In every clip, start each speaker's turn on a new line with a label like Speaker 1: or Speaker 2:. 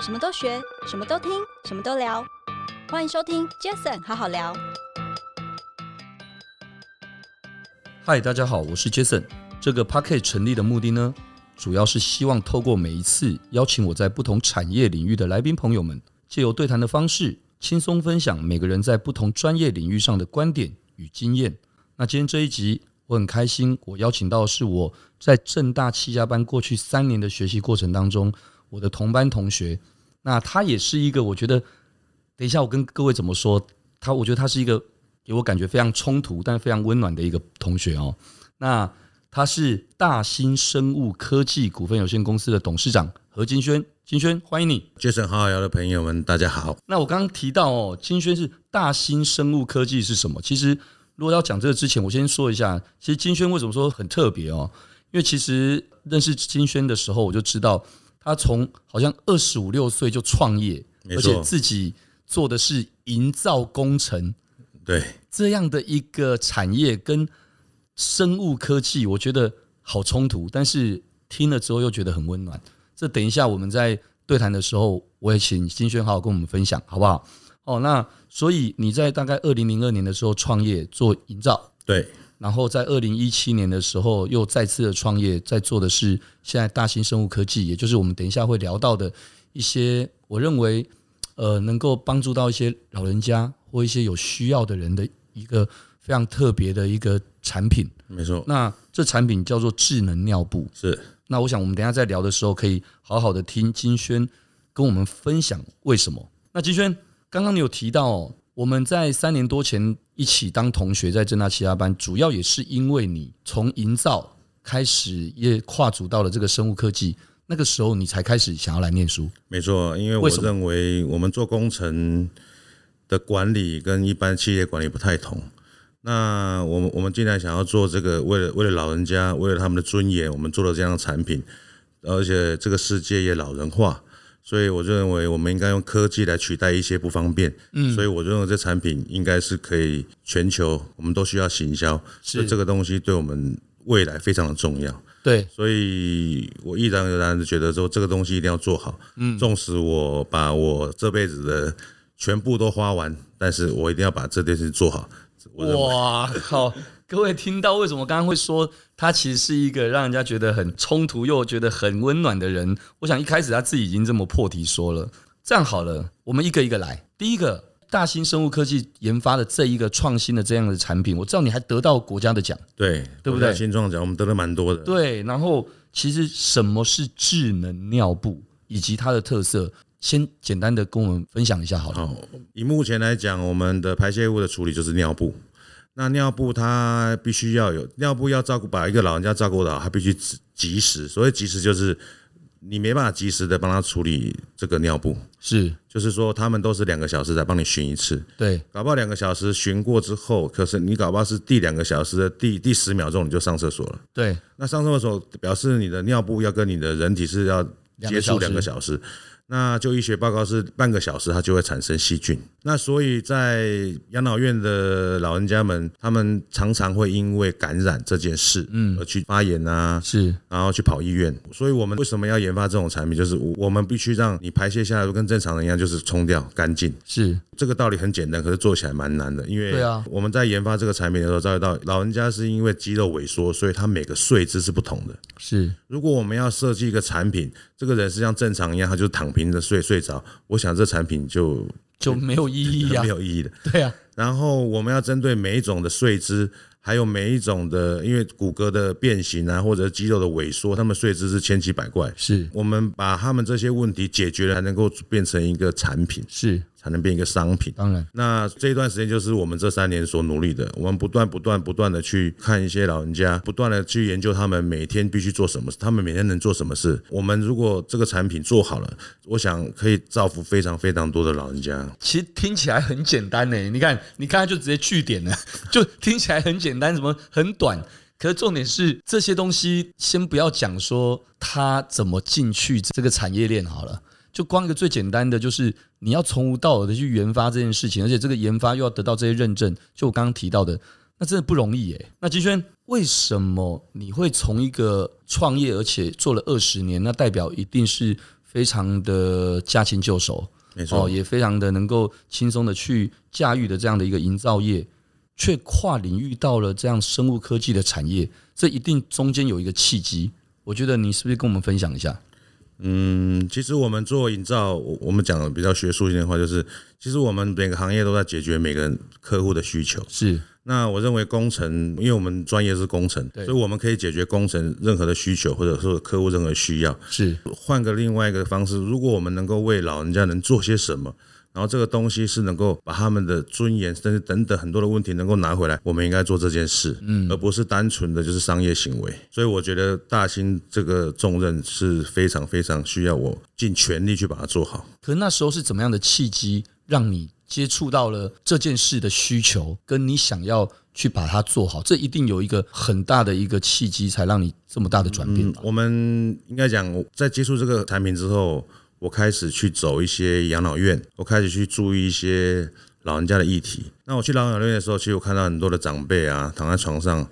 Speaker 1: 什么都学，什么都听，什么都聊。欢迎收听 Jason 好好聊。
Speaker 2: 嗨，大家好，我是 Jason。这个 Pocket 成立的目的呢，主要是希望透过每一次邀请我在不同产业领域的来宾朋友们，借由对谈的方式，轻松分享每个人在不同专业领域上的观点与经验。那今天这一集，我很开心，我邀请到的是我在正大七家班过去三年的学习过程当中，我的同班同学。那他也是一个，我觉得，等一下我跟各位怎么说他，我觉得他是一个给我感觉非常冲突但非常温暖的一个同学哦。那他是大新生物科技股份有限公司的董事长何金轩，金轩欢迎你。
Speaker 3: Jason 好好聊的朋友们，大家好。
Speaker 2: 那我刚刚提到哦，金轩是大新生物科技是什么？其实如果要讲这个之前，我先说一下，其实金轩为什么说很特别哦？因为其实认识金轩的时候，我就知道他从好像二十五六岁就创业，
Speaker 3: 没
Speaker 2: 而
Speaker 3: 错
Speaker 2: 且自己做的是营造工程
Speaker 3: 对，
Speaker 2: 这样的一个产业，跟生物科技，我觉得好冲突，但是听了之后又觉得很温暖。这等一下我们在对谈的时候，我也请金轩好好跟我们分享，好不好？哦，那所以你在大概二零零二年的时候创业做营造，
Speaker 3: 对，
Speaker 2: 然后在二零一七年的时候又再次的创业，在做的是现在大型生物科技，也就是我们等一下会聊到的一些，我认为呃能够帮助到一些老人家或一些有需要的人的一个非常特别的一个产品。
Speaker 3: 没错，
Speaker 2: 那这产品叫做智能尿布。
Speaker 3: 是
Speaker 2: 那我想我们等一下在聊的时候，可以好好的听金轩跟我们分享为什么。那金轩，刚刚你有提到、哦，我们在三年多前一起当同学，在正大其他班，主要也是因为你从营造开始，也跨足到了这个生物科技，那个时候你才开始想要来念书。
Speaker 3: 没错，因为我
Speaker 2: 为什么
Speaker 3: 认为我们做工程的管理跟一般企业管理不太同。那我们我们既然想要做这个，为了为了老人家，为了他们的尊严，我们做了这样的产品，而且这个世界也老人化，所以我认为我们应该用科技来取代一些不方便。嗯，所以我认为这产品应该是可以全球，我们都需要行销，所以这个东西对我们未来非常的重要。
Speaker 2: 对，
Speaker 3: 所以我毅然而然的觉得说，这个东西一定要做好。嗯，纵使我把我这辈子的全部都花完，但是我一定要把这件事做好。我认为
Speaker 2: 哇靠！各位听到为什么刚刚会说他其实是一个让人家觉得很冲突又觉得很温暖的人？我想一开始他自己已经这么破题说了。这样好了，我们一个一个来。第一个，大新生物科技研发的这一个创新的这样的产品，我知道你还得到国家的奖，
Speaker 3: 对
Speaker 2: 对不对
Speaker 3: 我在新创奖我们得了蛮多的。
Speaker 2: 对。然后，其实什么是智能尿布以及它的特色，先简单的跟我们分享一下好了。
Speaker 3: 好，以目前来讲，我们的排泄物的处理就是尿布。那尿布它必须要有尿布要照顾，把一个老人家照顾得好，它必须及及时。所谓及时，就是你没办法及时的帮他处理这个尿布，
Speaker 2: 是
Speaker 3: 就是说他们都是两个小时才帮你巡一次。
Speaker 2: 对，
Speaker 3: 搞不好两个小时巡过之后，可是你搞不好是第两个小时的第第十秒钟你就上厕所了。
Speaker 2: 对，
Speaker 3: 那上厕所表示你的尿布要跟你的人体是要接触
Speaker 2: 两
Speaker 3: 两
Speaker 2: 个
Speaker 3: 个
Speaker 2: 小
Speaker 3: 小时。那就医学报告是半个小时，它就会产生细菌。那所以在养老院的老人家们，他们常常会因为感染这件事，嗯，而去发炎啊，
Speaker 2: 是
Speaker 3: 然后去跑医院。所以我们为什么要研发这种产品？就是我我们必须让你排泄下来跟正常人一样，就是冲掉干净。
Speaker 2: 是，
Speaker 3: 这个道理很简单，可是做起来蛮难的，因为
Speaker 2: 对啊
Speaker 3: 我们在研发这个产品的时候，照顾到老人家是因为肌肉萎缩，所以他每个睡姿是不同的。
Speaker 2: 是
Speaker 3: 如果我们要设计一个产品，这个人是像正常一样，他就躺平着睡睡着，我想这产品就
Speaker 2: 就没有意义啊
Speaker 3: 没。有意义的。
Speaker 2: 对啊，
Speaker 3: 然后我们要针对每一种的睡姿，还有每一种的，因为骨骼的变形啊，或者肌肉的萎缩，他们睡姿是千奇百怪。
Speaker 2: 是
Speaker 3: 我们把他们这些问题解决了，才能够变成一个产品，
Speaker 2: 是，
Speaker 3: 才能变一个商品。
Speaker 2: 当然。
Speaker 3: 那这一段时间就是我们这三年所努力的，我们不断、不断、不断的去看一些老人家，不断的去研究他们每天必须做什么，他们每天能做什么事。我们如果这个产品做好了，我想可以造福非常非常多的老人家。
Speaker 2: 其实听起来很简单呢，你看，你刚才就直接据点了， 就听起来很简单，怎么很短？可是重点是这些东西，先不要讲说它怎么进去这个产业链好了，就光一个最简单的，就是你要从无到有的去研发这件事情，而且这个研发又要得到这些认证，就我刚刚提到的，那真的不容易耶。那金轩，为什么你会从一个创业，而且做了二十年，那代表一定是非常的驾轻就熟，
Speaker 3: 没
Speaker 2: 哦，
Speaker 3: 错，
Speaker 2: 也非常的能够轻松的去驾驭的这样的一个营造业，却跨领域到了这样生物科技的产业，这一定中间有一个契机。我觉得你是不是跟我们分享一下？
Speaker 3: 嗯，其实我们做营造，我我们讲的比较学术性的话，就是其实我们每个行业都在解决每个人客户的需求。
Speaker 2: 是
Speaker 3: 那我认为工程，因为我们专业是工程，
Speaker 2: 对
Speaker 3: 所以我们可以解决工程任何的需求，或者说客户任何需要。
Speaker 2: 是
Speaker 3: 换个另外一个方式，如果我们能够为老人家能做些什么，然后这个东西是能够把他们的尊严，甚至等等很多的问题能够拿回来，我们应该做这件事，嗯，而不是单纯的就是商业行为。所以我觉得大兴这个重任是非常非常需要我尽全力去把它做好。
Speaker 2: 可那时候是怎么样的契机让你接触到了这件事的需求，跟你想要去把它做好？这一定有一个很大的一个契机，才让你这么大的转变
Speaker 3: 嗯
Speaker 2: 吧？，
Speaker 3: 我们应该讲，我在接触这个产品之后，我开始去走一些养老院，我开始去注意一些老人家的议题。那我去养老院的时候，其实我看到很多的长辈啊，躺在床上，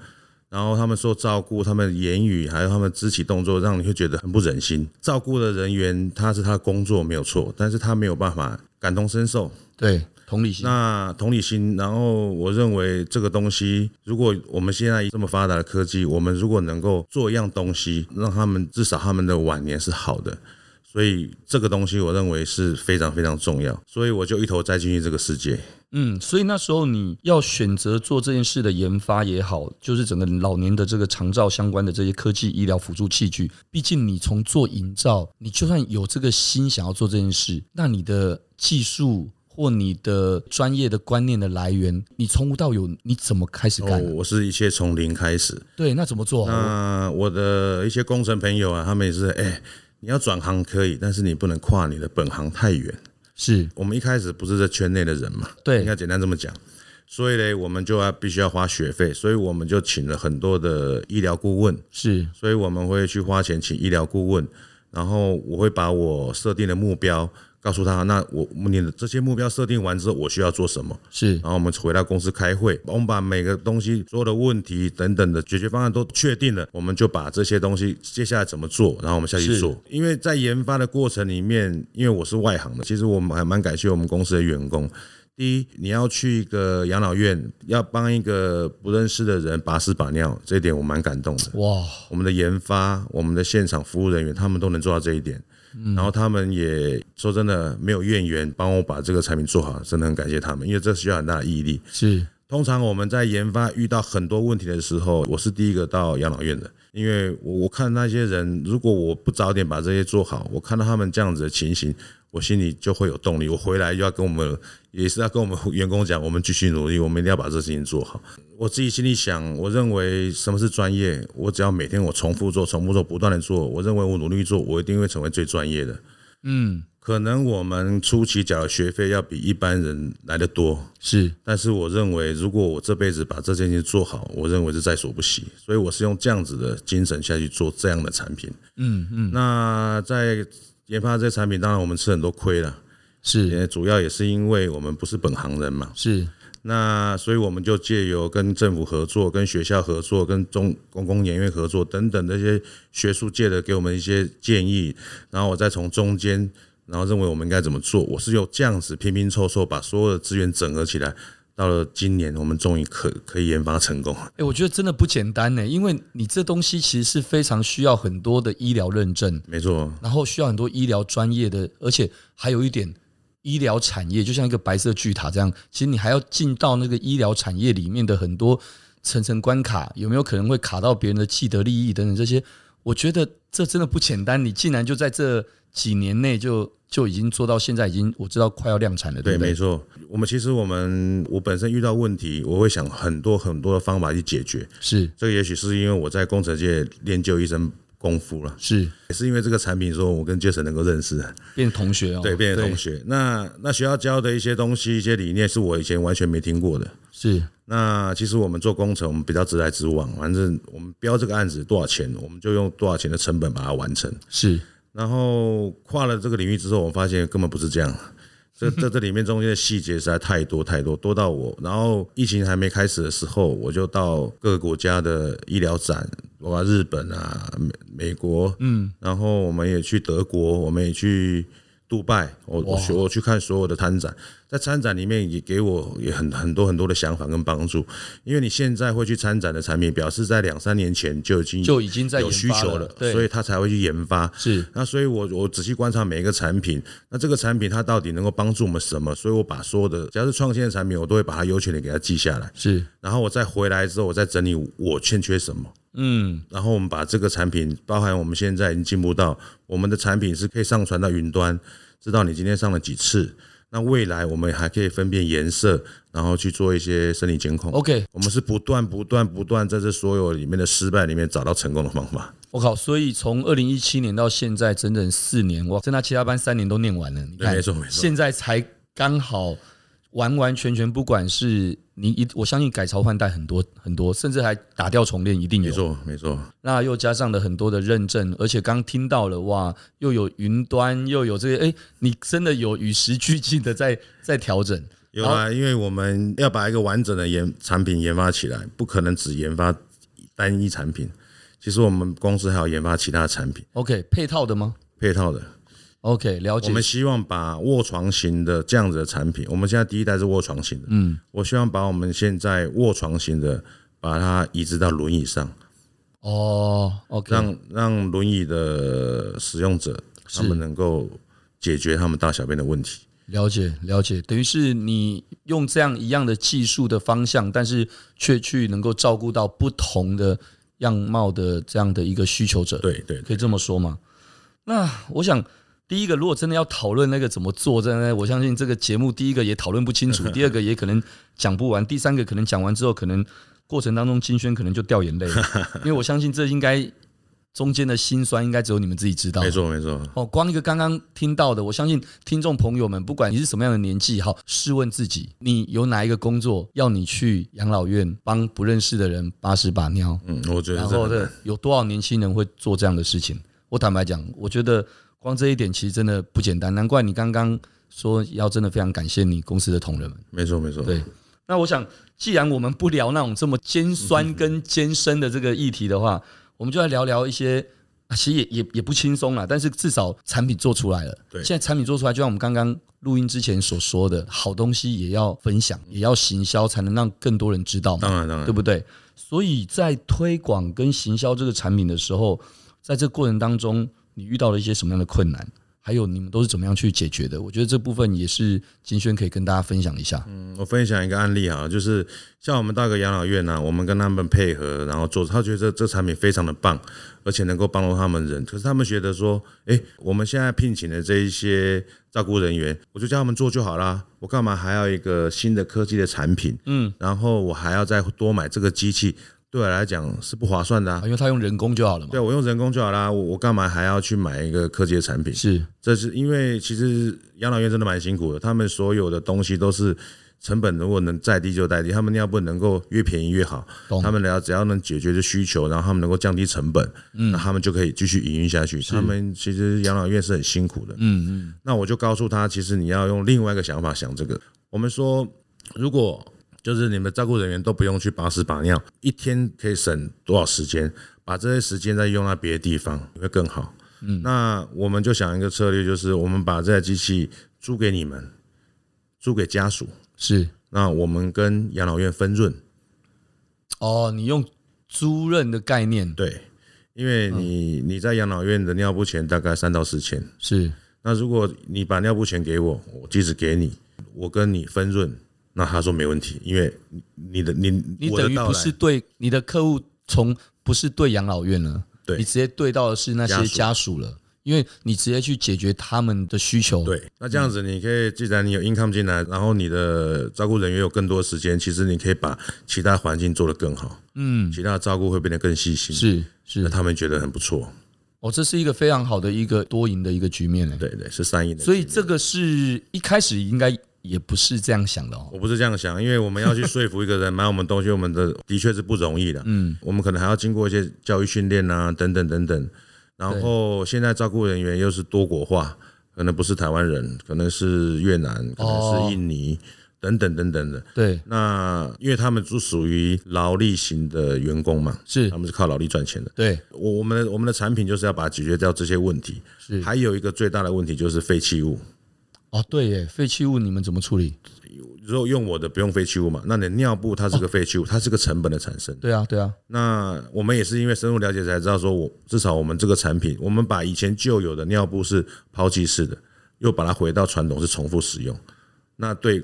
Speaker 3: 然后他们受照顾，他们言语还有他们肢体动作，让你会觉得很不忍心。照顾的人员他是他的工作没有错，但是他没有办法感同身受，
Speaker 2: 对，同理心。
Speaker 3: 那同理心，然后我认为这个东西，如果我们现在这么发达的科技，我们如果能够做一样东西，让他们至少他们的晚年是好的，所以这个东西我认为是非常非常重要，所以我就一头栽进去这个世界。
Speaker 2: 嗯，所以那时候你要选择做这件事的研发也好，就是整个老年的这个长照相关的这些科技医疗辅助器具，毕竟你从做营造，你就算有这个心想要做这件事，那你的技术或你的专业的观念的来源，你从无到有，你啊哦怎么开始
Speaker 3: 哦，
Speaker 2: 干、
Speaker 3: 我是一切从零开始。
Speaker 2: 对，那怎么做？
Speaker 3: 那我的一些工程朋友啊，他们也是，哎、你要转行可以，但是你不能跨你的本行太远。
Speaker 2: 是
Speaker 3: 我们一开始不是这圈内的人嘛，应
Speaker 2: 对
Speaker 3: 该简单这么讲。所以呢，我们就要必须要花学费，所以我们就请了很多的医疗顾问，
Speaker 2: 是
Speaker 3: 所以我们会去花钱请医疗顾问，然后我会把我设定的目标告诉他，那我你的这些目标设定完之后，我需要做什么，
Speaker 2: 是
Speaker 3: 然后我们回到公司开会，我们把每个东西所有的问题等等的解决方案都确定了，我们就把这些东西接下来怎么做，然后我们下去
Speaker 2: 是
Speaker 3: 做。因为在研发的过程里面，因为我是外行的，其实我们还蛮感谢我们公司的员工。第一，你要去一个养老院，要帮一个不认识的人把屎把尿，这一点我蛮感动的。
Speaker 2: 哇，
Speaker 3: 我们的研发、我们的现场服务人员，他们都能做到这一点。然后他们也说真的没有怨言，帮我把这个产品做好，真的很感谢他们，因为这需要很大的毅力。
Speaker 2: 是
Speaker 3: 通常我们在研发遇到很多问题的时候，我是第一个到养老院的，因为我我看那些人，如果我不早点把这些做好，我看到他们这样子的情形，我心里就会有动力。我回来又要跟我们，也是要跟我们员工讲，我们继续努力，我们一定要把这事情做好。我自己心里想，我认为什么是专业，我只要每天我重复做、重复做、不断的做，我认为我努力做，我一定会成为最专业的。
Speaker 2: 嗯
Speaker 3: 可能我们初期缴的学费要比一般人来的多，
Speaker 2: 是
Speaker 3: 但是我认为，如果我这辈子把这件事做好，我认为是在所不惜。所以我是用这样子的精神下去做这样的产品。
Speaker 2: 嗯嗯
Speaker 3: 那在研发这些产品，当然我们吃很多亏了，
Speaker 2: 是
Speaker 3: 也主要也是因为我们不是本行人嘛。
Speaker 2: 是
Speaker 3: 那所以我们就借由跟政府合作、跟学校合作、跟中公共研院合作等等这些学术界的给我们一些建议，然后我再从中间，然后认为我们应该怎么做。我是有这样子拼拼凑凑把所有的资源整合起来，到了今年我们终于可可以研发成功。
Speaker 2: 哎、我觉得真的不简单呢，因为你这东西其实是非常需要很多的医疗认证，
Speaker 3: 没错，
Speaker 2: 然后需要很多医疗专业的，而且还有一点医疗产业，就像一个白色巨塔这样，其实你还要进到那个医疗产业里面的很多层层关卡，有没有可能会卡到别人的既得利益等等这些？我觉得这真的不简单，你竟然就在这 几年内就就已经做到现在，已经我知道快要量产了，对
Speaker 3: 对，
Speaker 2: 不对？
Speaker 3: 没错。我们其实我们我本身遇到问题，我会想很多很多的方法去解决。
Speaker 2: 是
Speaker 3: 这个也许是因为我在工程界练就一身功夫了。
Speaker 2: 是，
Speaker 3: 也是因为这个产品，说我跟杰森能够认识，啊
Speaker 2: 变同学哦，
Speaker 3: 对，变成同学。那那学校教的一些东西、一些理念，是我以前完全没听过的。
Speaker 2: 是
Speaker 3: 那其实我们做工程，我们比较直来直往，反正我们标这个案子多少钱，我们就用多少钱的成本把它完成。
Speaker 2: 是
Speaker 3: 然后跨了这个领域之后，我发现根本不是这样。 这这这里面中间的细节实在太多太多，多到我。然后疫情还没开始的时候，我就到各个国家的医疗展，包括日本啊、美美国，嗯，然后我们也去德国，我们也去杜拜，
Speaker 2: 哦
Speaker 3: 我我去我去看所有的参展，在参展里面也给我也很很多很多的想法跟帮助，因为你现在会去参展的产品，表示在两三年前就已经
Speaker 2: 就已经在
Speaker 3: 有
Speaker 2: 研
Speaker 3: 需
Speaker 2: 发
Speaker 3: 求
Speaker 2: 了
Speaker 3: 了，
Speaker 2: 对
Speaker 3: 所以他才会去研发。
Speaker 2: 是
Speaker 3: 那所以我，我仔细观察每一个产品，那这个产品它到底能够帮助我们什么？所以我把所有的只要是创新的产品，我都会把它优缺点给它记下来，
Speaker 2: 是，
Speaker 3: 然后我再回来之后，我再整理我欠缺什么。
Speaker 2: 嗯，
Speaker 3: 然后我们把这个产品，包含我们现在已经进步到我们的产品是可以上传到云端，知道你今天上了几次。那未来我们还可以分辨颜色，然后去做一些生理监控。
Speaker 2: OK
Speaker 3: 我们是不断、不断、不断在这所有里面的失败里面找到成功的方法。
Speaker 2: 我靠！所以从二零一七年到现在，整整四年，我真的其他班三年都念完了。哎你看，
Speaker 3: 对没错没错
Speaker 2: 现在才刚好完完全全，不管是你一，我相信改朝换代很多很多，甚至还打掉重练一定
Speaker 3: 没
Speaker 2: 有。
Speaker 3: 错，没错。
Speaker 2: 那又加上了很多的认证，而且刚听到了哇，又有云端，又有这些，哎、你真的有与时俱进的在在调整。
Speaker 3: 有啊，因为我们要把一个完整的研产品研发起来，不可能只研发单一产品。其实我们公司还有研发其他的产品
Speaker 2: OK，配套的吗
Speaker 3: 配套的。
Speaker 2: ？OK，了
Speaker 3: 我
Speaker 2: 解。
Speaker 3: 们希望把卧床型的这样子的产品，我们现在第一代是卧床型的，嗯，我希望把我们现在卧床型的把它移植到轮椅上，
Speaker 2: 哦，OK，
Speaker 3: 让让轮椅的使用者他们能够解决他们大小便的问题。
Speaker 2: 了解了解，等于是你用这样一样的技术的方向，但是却去能够照顾到不同的样貌的这样的一个需求者，
Speaker 3: 对对
Speaker 2: 可以这么说吗？那我想，第一个如果真的要讨论那个怎么做，真的我相信这个节目第一个也讨论不清楚， 第二个也可能讲不完，第三个可能讲完之后，可能过程当中金轩可能就掉眼泪了， 因为我相信这应该中间的辛酸应该只有你们自己知道，
Speaker 3: 没错没错，
Speaker 2: 哦，光一个刚刚听到的，我相信听众朋友们，不管你是什么样的年纪，好，试问自己，你有哪一个工作要你去养老院帮不认识的人把屎把尿？
Speaker 3: 嗯，我觉得
Speaker 2: 然
Speaker 3: 这
Speaker 2: 后
Speaker 3: 很
Speaker 2: 呢，有多少年轻人会做这样的事情？我坦白讲，我觉得光这一点其实真的不简单，难怪你刚刚说要真的非常感谢你公司的同仁们。
Speaker 3: 没错没错，
Speaker 2: 对那我想，既然我们不聊那种这么尖
Speaker 3: 嗯
Speaker 2: 酸跟艰深的这个议题的话，我们就来聊聊一些，啊其实也也也不轻松啦，但是至少产品做出来了。
Speaker 3: 对
Speaker 2: 现在产品做出来，就像我们刚刚录音之前所说的，好东西也要分享，也要行销，才能让更多人知道嘛，
Speaker 3: 嗯当然当然
Speaker 2: 对。不对？所以在推广跟行销这个产品的时候，在这过程当中，你遇到了一些什么样的困难？还有你们都是怎么样去解决的？我觉得这部分也是金轩可以跟大家分享一下。
Speaker 3: 我分享一个案例啊，就是像我们到一个养老院呢、啊我们跟他们配合，然后做，他觉得这这产品非常的棒，而且能够帮助他们人。可是他们觉得说，哎，我们现在聘请的这一些照顾人员，我就叫他们做就好啦，我干嘛还要一个新的科技的产品？嗯，然后我还要再多买这个机器，对我来讲是不划算的、啊
Speaker 2: 啊，。因为他用人工就好了嘛。
Speaker 3: 对啊我用人工就好啦，我我干嘛还要去买一个科技的产品？
Speaker 2: 是
Speaker 3: 这是因为其实养老院真的蛮辛苦的，他们所有的东西都是成本，如果能再低就再低，他们要不能够越便宜越好
Speaker 2: 懂，
Speaker 3: 他们只要只要能解决这需求，然后他们能够降低成本，嗯，那他们就可以继续营运下去。他们其实养老院是很辛苦的，嗯嗯。那我就告诉他，其实你要用另外一个想法想这个。我们说，如果就是你们照顾人员都不用去把屎把尿，一天可以省多少时间？把这些时间再用到别的地方会更好。嗯，那我们就想一个策略，就是我们把这台机器租给你们，租给家属，
Speaker 2: 是
Speaker 3: 那我们跟养老院分润。
Speaker 2: 哦，你用租任的概念
Speaker 3: 对，因
Speaker 2: 嗯
Speaker 3: 为你你在养老院的尿布钱大概三到四千，
Speaker 2: 是
Speaker 3: 那如果你把尿布钱给我，我即使给你，我跟你分润，那他说没问题，因为你你的你
Speaker 2: 你
Speaker 3: 我的
Speaker 2: 等于
Speaker 3: 到
Speaker 2: 不
Speaker 3: 来
Speaker 2: 是对你的客户从不是对养老院了，
Speaker 3: 对
Speaker 2: 你直接对到的是那些
Speaker 3: 家属
Speaker 2: 家属了，因为你直接去解决他们的需求。，
Speaker 3: 对，那这样子，你可以既然你有 income 进来，然后你的照顾人员有更多时间，其实你可以把其他环境做得更好，嗯，其他的照顾会变得更细心，，
Speaker 2: 是
Speaker 3: 那
Speaker 2: 是，
Speaker 3: 他们觉得很不错，
Speaker 2: 哦，这是一个非常好的一个多赢的一个局面嘞。
Speaker 3: 对对，是善意的。
Speaker 2: 所以这个是一开始应该也不是这样想的哦。
Speaker 3: 我不是这样想，因为我们要去说服一个人 买我们东西，我们的的确是不容易的，嗯，我们可能还要经过一些教育训练啊，等等等等，然后现在照顾人员又是多国化。可能不是台湾人，可能是越南，可能
Speaker 2: 哦
Speaker 3: 是印尼、等等等等的。
Speaker 2: 对，
Speaker 3: 那因为他们就属于劳力型的员工嘛，
Speaker 2: 是
Speaker 3: 他，们是靠劳力赚钱的。
Speaker 2: 对，
Speaker 3: 我我们的我们的产品就是要把它解决掉这些问题。
Speaker 2: 是，
Speaker 3: 还有一个最大的问题就是废弃物。
Speaker 2: 哦，对耶，废弃物你们怎么处理？
Speaker 3: 如果用我的不用废弃物嘛，那你的尿布它是个废弃物，它是个成本的产生。
Speaker 2: 对啊，对啊，
Speaker 3: 那我们也是因为深入了解才知道，说我至少我们这个产品，我们把以前旧有的尿布是抛弃式的，又把它回到传统是重复使用，那对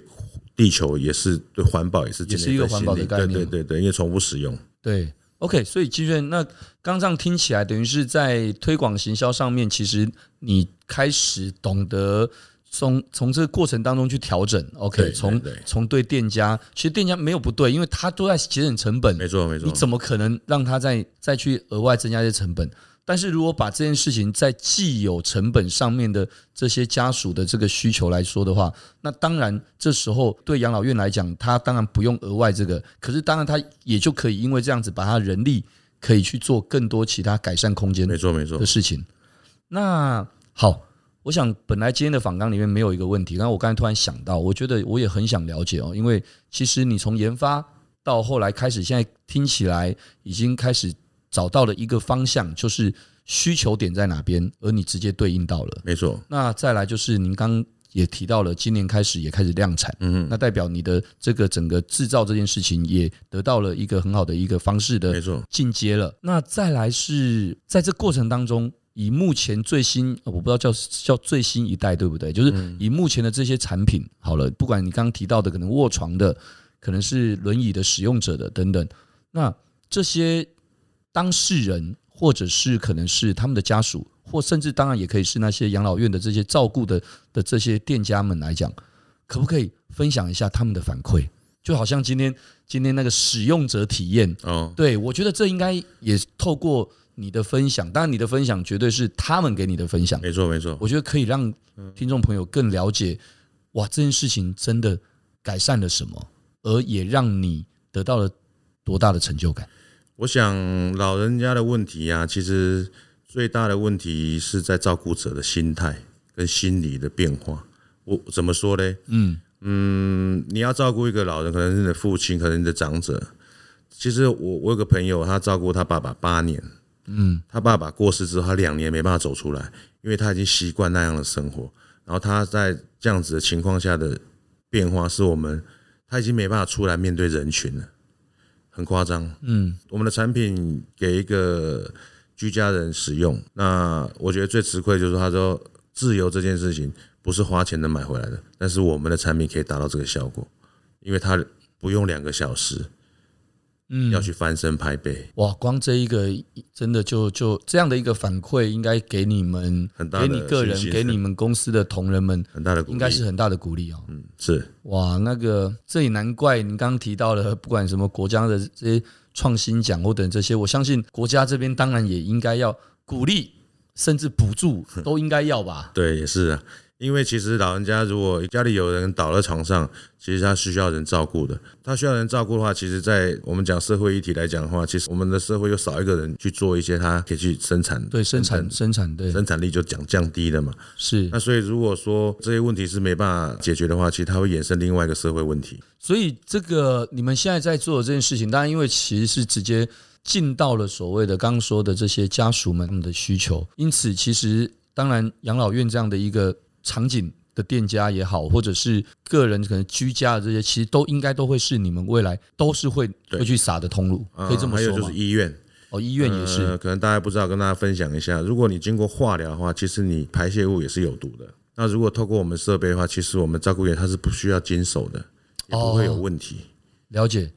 Speaker 3: 地球也是对环保也是
Speaker 2: 也是
Speaker 3: 尽
Speaker 2: 一个
Speaker 3: 份
Speaker 2: 环
Speaker 3: 心
Speaker 2: 保的
Speaker 3: 力
Speaker 2: 概念
Speaker 3: 对对
Speaker 2: 嘛
Speaker 3: 对对，因为重复使用，
Speaker 2: 对，OK，所以基卷那刚这样听起来，等于是在推广行销上面，其实你开始懂得从从这个过程当中去调整，OK，
Speaker 3: 对
Speaker 2: 从
Speaker 3: 对对
Speaker 2: 从对店家，其实店家没有不对，因为他都在节省成本，
Speaker 3: 没错没错
Speaker 2: 你。怎么可能让他再再去额外增加一些成本？但是如果把这件事情在既有成本上面的这些家属的这个需求来说的话，那当然这时候对养老院来讲，他当然不用额外这个，可是当然他也就可以因为这样子，把他人力可以去做更多其他改善空间
Speaker 3: 没错没错
Speaker 2: 的，事情。嗯那好，我想本来今天的访纲里面没有一个问题，但我刚才突然想到，我觉得我也很想了解哦，因为其实你从研发到后来开始，现在听起来已经开始找到了一个方向，就是需求点在哪边，而你直接对应到了。
Speaker 3: 没错，
Speaker 2: 那再来就是您刚也提到了，今年开始也开始量产，嗯，那代表你的这个整个制造这件事情也得到了一个很好的一个方式的
Speaker 3: 没错。
Speaker 2: 进阶了。那再来是在这过程当中，以目前最新，呃我不知道叫叫最新一代对不对？就是以目前的这些产品，好了，不管你刚刚提到的可能卧床的，可能是轮椅的使用者的等等，那这些当事人或者是可能是他们的家属，或甚至当然也可以是那些养老院的这些照顾的的这些店家们来讲，可不可以分享一下他们的反馈？就好像今天今天那个使用者体验，
Speaker 3: 哦，
Speaker 2: 对，我觉得这应该也透过你的分享，当然你的分享绝对是他们给你的分享，
Speaker 3: 没错没错，
Speaker 2: 我觉得可以让
Speaker 3: 嗯
Speaker 2: 听众朋友更了解，哇，这件事情真的改善了什么，而也让你得到了多大的成就感。
Speaker 3: 我想老人家的问题啊，其实最大的问题是在照顾者的心态跟心理的变化。我怎么说呢？
Speaker 2: 嗯，
Speaker 3: 嗯，你要照顾一个老人，可能是你的父亲，可能是你的长者。其实我我有个朋友，他照顾他爸爸八年，嗯，他爸爸过世之后，他两年没办法走出来，因为他已经习惯那样的生活。然后他在这样子的情况下的变化，是我们他已经没办法出来面对人群了，很夸张。嗯，我们的产品给一个居家人使用，那我觉得最吃亏就是他说自由这件事情不是花钱能买回来的，但是我们的产品可以达到这个效果，因为它不用两个小时，嗯，要去翻身拍背，
Speaker 2: 哇，光这一个真的就就这样的一个反馈，应该给你们
Speaker 3: 很、大
Speaker 2: 给
Speaker 3: 的
Speaker 2: 你个人
Speaker 3: 信、心
Speaker 2: 给你们公司的同仁们，
Speaker 3: 很大的鼓励，
Speaker 2: 应该是很大的鼓励哦。
Speaker 3: 嗯是
Speaker 2: 哇，那个这也难怪您刚刚提到了，不管什么国家的这些创新奖或等这些，我相信国家这边当然也应该要鼓励，甚至补助都应该要吧。
Speaker 3: 对，也是啊。因为其实老人家如果家里有人倒在床上，其实他是需要人照顾的。他需要人照顾的话，其实，在我们讲社会议题来讲的话，其实我们的社会又少一个人去做一些他可以去生产，
Speaker 2: 对，生产生产对
Speaker 3: 生产力就讲降低了嘛。
Speaker 2: 是
Speaker 3: 那，所以如果说这些问题是没办法解决的话，其实它会衍生另外一个社会问题。
Speaker 2: 所以这个你们现在在做的这件事情，当然因为其实是直接进到了所谓的刚刚说的这些家属们他们的需求，因此其实当然养老院这样的一个场景的店家也好，或者是个人可能居家的这些，其实都应该都会是你们未来都是会
Speaker 3: 对
Speaker 2: 会去撒的通路，
Speaker 3: 啊
Speaker 2: 可以这么
Speaker 3: 还有
Speaker 2: 说
Speaker 3: 就
Speaker 2: 吗
Speaker 3: 是？医院，
Speaker 2: 哦，医院也
Speaker 3: 呃
Speaker 2: 是，
Speaker 3: 可能大家不知道，跟大家分享一下，如果你经过化疗的话，其实你排泄物也是有毒的。那如果透过我们设备的话，其实我们照顾员他是不需要经手的，也不会有问题。
Speaker 2: 了解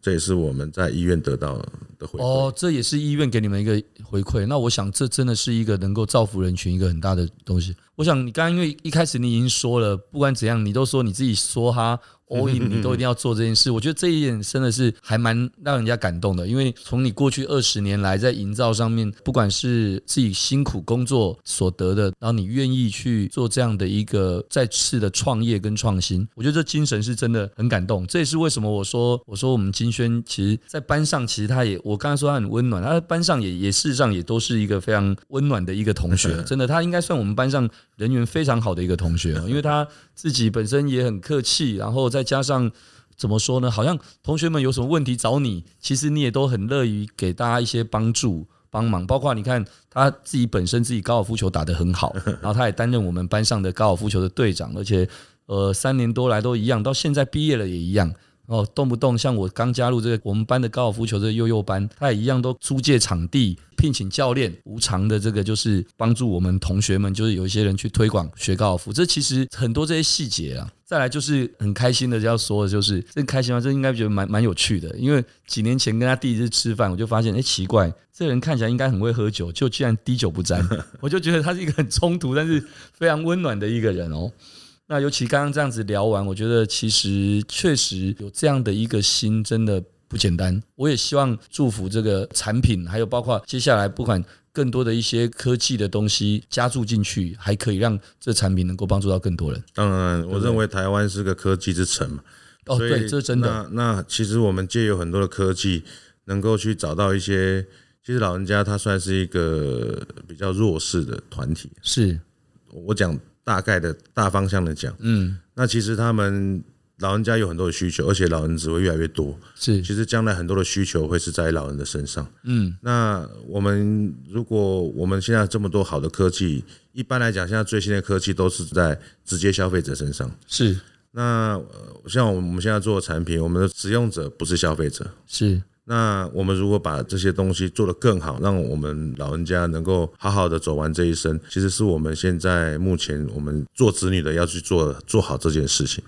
Speaker 3: 这也是我们在医院得到的回馈。
Speaker 2: 哦，这也是医院给你们一个回馈。那我想，这真的是一个能够造福人群一个很大的东西。我想，你刚刚因为一开始你已经说了，不管怎样，你都说你自己说哈 all in，你都一定要做这件事。我觉得这一点真的是还蛮让人家感动的，因为从你过去二十年来在营造上面，不管是自己辛苦工作所得的，然后你愿意去做这样的一个再次的创业跟创新，我觉得这精神是真的很感动。这也是为什么我说我说我们金轩其实在班上，其实他也我刚才说他很温暖，他在班上也也事实上也都是一个非常温暖的一个同学，真的，他应该算我们班上人缘非常好的一个同学哦，因为他自己本身也很客气，然后再加上怎么说呢，好像同学们有什么问题找你，其实你也都很乐于给大家一些帮助。帮忙，包括你看他自己本身自己高尔夫球打得很好，然后他也担任我们班上的高尔夫球的队长，而且呃三年多来都一样，到现在毕业了也一样。哦，动不动像我刚加入这个我们班的高尔夫球这个幼幼班，他也哎一样都租借场地，聘请教练，无偿的这个就是帮助我们同学们，就是有一些人去推广学高尔夫。这其实很多这些细节啊。再来就是很开心的要说的就是，这开心吗？这应该觉得蛮蛮有趣的，因为几年前跟他第一次吃饭，我就发现，哎，奇怪，这人看起来应该很会喝酒，就居然滴酒不沾， 我就觉得他是一个很冲突但是非常温暖的一个人哦。那尤其刚刚这样子聊完，我觉得其实确实有这样的一个心，真的不简单。我也希望祝福这个产品，还有包括接下来不管更多的一些科技的东西加注进去，还可以让这产品能够帮助到更多人。
Speaker 3: 当然，我认为台湾是个科技之城嘛，
Speaker 2: 哦，
Speaker 3: 所以
Speaker 2: 对，这是真的，
Speaker 3: 那那其实我们借有很多的科技，能够去找到一些，其实老人家他算是一个比较弱势的团体。
Speaker 2: 是，
Speaker 3: 我讲大概的大方向的讲，
Speaker 2: 嗯，
Speaker 3: 那其实他们老人家有很多的需求，而且老人只会越来越多。
Speaker 2: 是，
Speaker 3: 其实将来很多的需求会是在老人的身上。
Speaker 2: 嗯，
Speaker 3: 那我们如果我们现在这么多好的科技，一般来讲，现在最新的科技都是在直接消费者身上。
Speaker 2: 是，
Speaker 3: 那呃像我们现在做的产品，我们的使用者不是消费者。
Speaker 2: 是，
Speaker 3: 那我们如果把这些东西做得更好，让我们老人家能够好好的走完这一生，其实是我们现在目前我们做子女的要去做做好这件事情。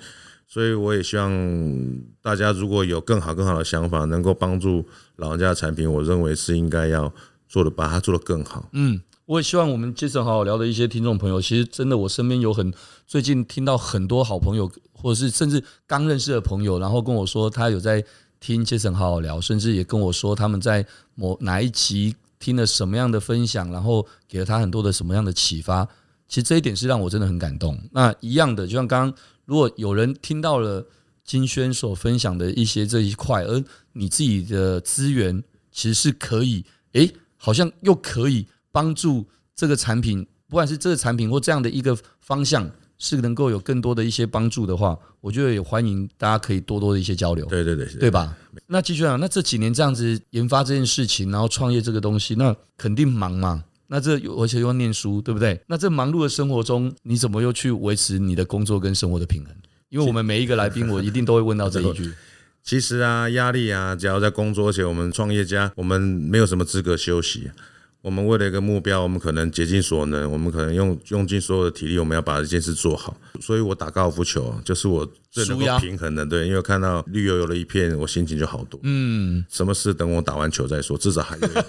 Speaker 3: 所以我也希望大家如果有更好更好的想法，能够帮助老人家的产品，我认为是应该要做的，把它做得更好。
Speaker 2: 嗯，我也希望我们杰森好好聊的一些听众朋友，其实真的我身边有很最近听到很多好朋友，或者是甚至刚认识的朋友，然后跟我说他有在听杰森好好聊，甚至也跟我说他们在某哪一集听了什么样的分享，然后给了他很多的什么样的启发。其实这一点是让我真的很感动。那一样的，就像刚刚，如果有人听到了金轩所分享的一些这一块，而你自己的资源其实是可以，诶，好像又可以帮助这个产品，不管是这个产品或这样的一个方向，是能够有更多的一些帮助的话，我觉得也欢迎大家可以多多的一些交流。
Speaker 3: 对对对，
Speaker 2: 对吧？那继续啊讲，那这几年这样子研发这件事情，然后创业这个东西，那肯定忙嘛。那这又而且又要念书，对不对？那这忙碌的生活中，你怎么又去维持你的工作跟生活的平衡？因为我们每一个来宾，我一定都会问到这 一句。
Speaker 3: 其实啊，压力啊，只要在工作，而且我们创业家，我们没有什么资格休息。啊我们为了一个目标，我们可能竭尽所能，我们可能用用尽所有的体力，我们要把这件事做好。所以我打高尔夫球啊就是我最能
Speaker 2: 舒压
Speaker 3: 够平衡的，对，因为我看到绿油油的一片，我心情就好多。
Speaker 2: 嗯，
Speaker 3: 什么事等我打完球再说，至少还有一个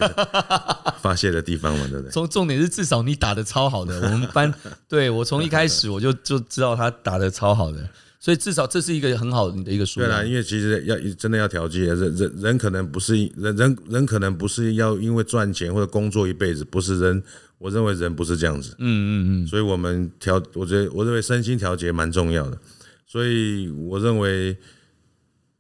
Speaker 3: 发泄的地方嘛，对不对？
Speaker 2: 重重点是至少你打的超好的。我们 班对我从一开始我就就知道他打的超好的，所以至少这是一个很好你的一个舒
Speaker 3: 对啦，
Speaker 2: 压。
Speaker 3: 因为其实要真的要调剂，啊人人人可能不是人人人可能不是要因为赚钱或者工作一辈子，不是人，我认为人不是这样子。
Speaker 2: 嗯嗯嗯，
Speaker 3: 所以我们调，我觉得我认为身心调节蛮重要的。所以我认为，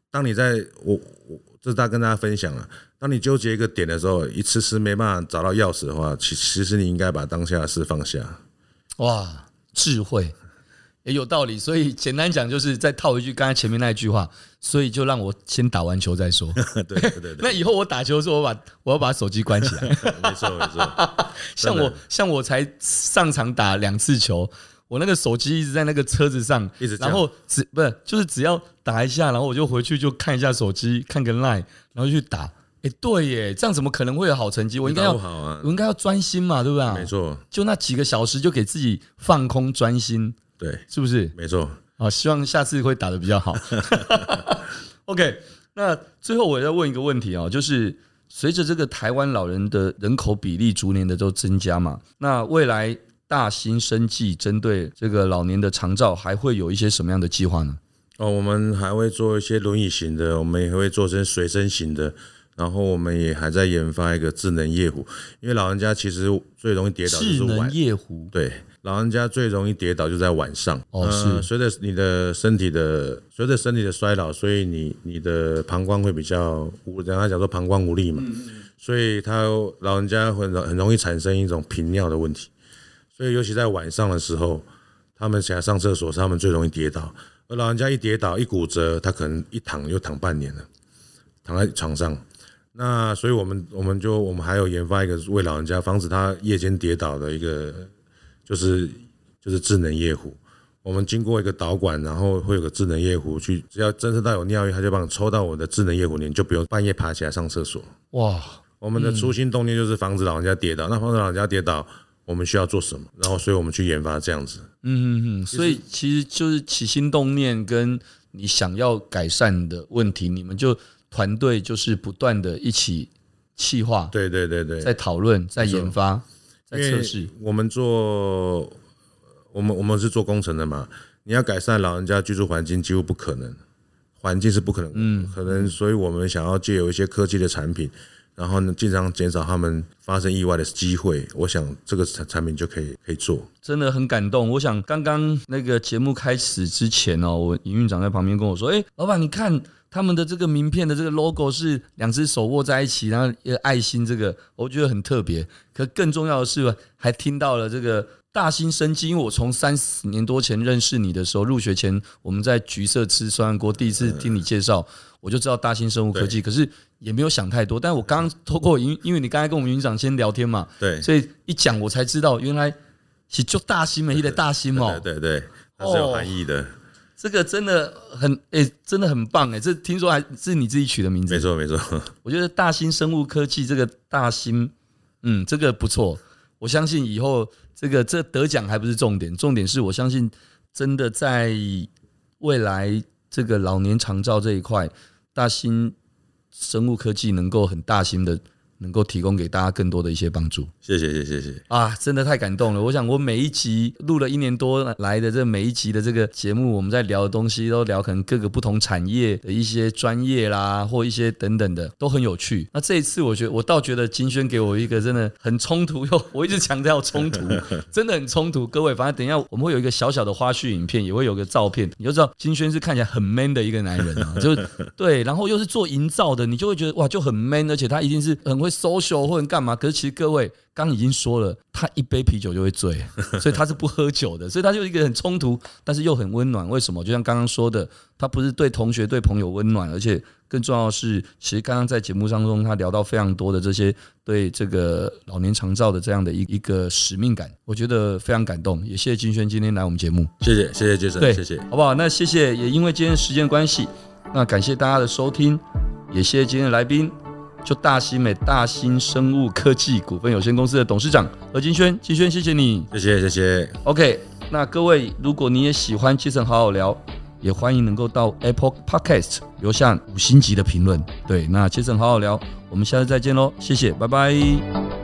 Speaker 3: 当你在我我这大跟大家分享了、当你纠结一个点的时候，一次是没办法找到钥匙的话，其其实你应该把当下的事放下。
Speaker 2: 哇，智慧也有道理。所以简单讲，就是再套一句刚才前面那一句话，所以就让我先打完球再 说。
Speaker 3: 对对对对，
Speaker 2: 那以后我打球的时候，我把我要把手机关起 来。
Speaker 3: 没错没错，
Speaker 2: 像我像我才上场打两次球，我那个手机一直在那个车子上，
Speaker 3: 一直这
Speaker 2: 然
Speaker 3: 样
Speaker 2: 后只不是就是只要打一下，然后我就回去就看一下手机，看个 line，然后就去打。哎、对耶，这样怎么可能会有好成绩？我应该
Speaker 3: 打
Speaker 2: 要
Speaker 3: 不好啊
Speaker 2: 我，应该要专心嘛，对不对？
Speaker 3: 没，错，
Speaker 2: 就那几个小时就给自己放空专心，
Speaker 3: 对，
Speaker 2: 是不是？
Speaker 3: 没错。
Speaker 2: 好，哦希望下次会打得比较 好。OK，那最后我要问一个问题哦，就是随着这个台湾老人的人口比例逐年的都增加嘛，那未来大兴生计针对这个老年的长照还会有一些什么样的计划呢？
Speaker 3: 哦，我们还会做一些轮椅型的，我们也会做成随身型的，然后我们也还在研发一个智能夜壶，因为老人家其实最容易跌倒就
Speaker 2: 智
Speaker 3: 是
Speaker 2: 能
Speaker 3: 晚，
Speaker 2: 夜壶
Speaker 3: 对，老人家最容易跌倒就在晚上。
Speaker 2: 哦
Speaker 3: 呃
Speaker 2: 是
Speaker 3: 随着你的身体的随着身体的衰老，所以你你的膀胱会比较无，人家讲说膀胱
Speaker 2: 嗯
Speaker 3: 无力嘛，所以他老人家很容很容易产生一种频尿的问题。所以尤其在晚上的时候，他们想要上厕所，他们最容易跌倒。而老人家一跌倒一骨折，他可能一躺就躺半年了，躺在床上。那所以我们我们就我们还有研发一个为老人家防止他夜间跌倒的一个，就是就是智能夜壶。我们经过一个导管，然后会有个智能夜壶去，只要侦测到有尿液，它就帮你抽到我的智能夜壶里，你就不用半夜爬起来上厕所。
Speaker 2: 哇，
Speaker 3: 我们的初心动念就是防止老人家跌倒。那防止老人家跌倒，我们需要做什么？然后，所以我们去研发这样子。
Speaker 2: 嗯，所以其实就是起心动念跟你想要改善的问题，你们就团队就是不断的一起气化，
Speaker 3: 对对对对，
Speaker 2: 在讨论，在研发，在
Speaker 3: 因
Speaker 2: 测
Speaker 3: 为
Speaker 2: 试。
Speaker 3: 我们做，我们我们是做工程的嘛，你要改善老人家居住环境几乎不可能，环境是不可能，嗯，可能，所以我们想要借由一些科技的产品，然后呢，尽量减少他们发生意外的机会。我想这个产产品就可以可以做。
Speaker 2: 真的很感动。我想刚刚那个节目开始之前哦，我营运长在旁边跟我说：“哎、老板，你看他们的这个名片的这个 logo 是两只手握在一起，然后一个爱心，这个我觉得很特别。可更重要的是，还听到了这个大兴生机，因为我从三十年多前认识你的时候，入学前我们在橘色吃酸辣锅，第一次听你介绍，我就知道大兴生物科技，可是也没有想太多。但我刚刚透过营，因为你刚才跟我们营长先聊天嘛，
Speaker 3: 对，
Speaker 2: 所以一讲我才知道，原来是就大心美，一的大心哦，
Speaker 3: 对对对，它是有含义的，
Speaker 2: 这个真的很诶、真的很棒诶、哎这听说还是你自己取的名
Speaker 3: 没
Speaker 2: 字。
Speaker 3: 错没错。
Speaker 2: 我觉得大兴生物科技这个大兴，嗯，这个不错。我相信以后这个这得奖还不是重点，重点是我相信真的在未来这个老年长照这一块，大兴生物科技能够很大心的，能够提供给大家更多的一些帮助。
Speaker 3: 谢谢谢谢谢谢，
Speaker 2: 啊，真的太感动了！我想我每一集录了一年多来的这每一集的这个节目，我们在聊的东西都聊可能各个不同产业的一些专业啦，或一些等等的，都很有趣。那这一次，我觉得我倒觉得金轩给我一个真的很冲突 又，我一直强调冲突，真的很冲突。各位，反正等一下我们会有一个小小的花絮影片，也会有个照片，你就知道金轩是看起来很 man 的一个男人啊，就对，然后又是做营造的，你就会觉得哇就很 man，而且他一定是很会 social 或者干嘛。可是其实各位刚已经说了，他一杯啤酒就会醉，所以他是不喝酒的，所以他就是一个很冲突，但是又很温暖。为什么？就像刚刚说的，他不是对同学对朋友温暖，而且更重要的是，其实刚刚在节目当中他聊到非常多的这些对这个老年长照的这样的一一个使命感，我觉得非常感动。也谢谢金轩今天来我们节目。
Speaker 3: 谢谢谢谢杰
Speaker 2: 对，
Speaker 3: 森，谢谢。
Speaker 2: 好不好？那谢谢，也因为今天时间关系，那感谢大家的收听，也谢谢今天的来宾，就大新美大新生物科技股份有限公司的董事长何金轩，金轩，谢谢你。
Speaker 3: 谢谢谢谢，
Speaker 2: OK，那各位，如果你也喜欢《基层好好聊》，也欢迎能够到 Apple Podcast 留下五星级的评论。对，那《基层好好聊》，我们下次再见喽，谢谢，拜拜。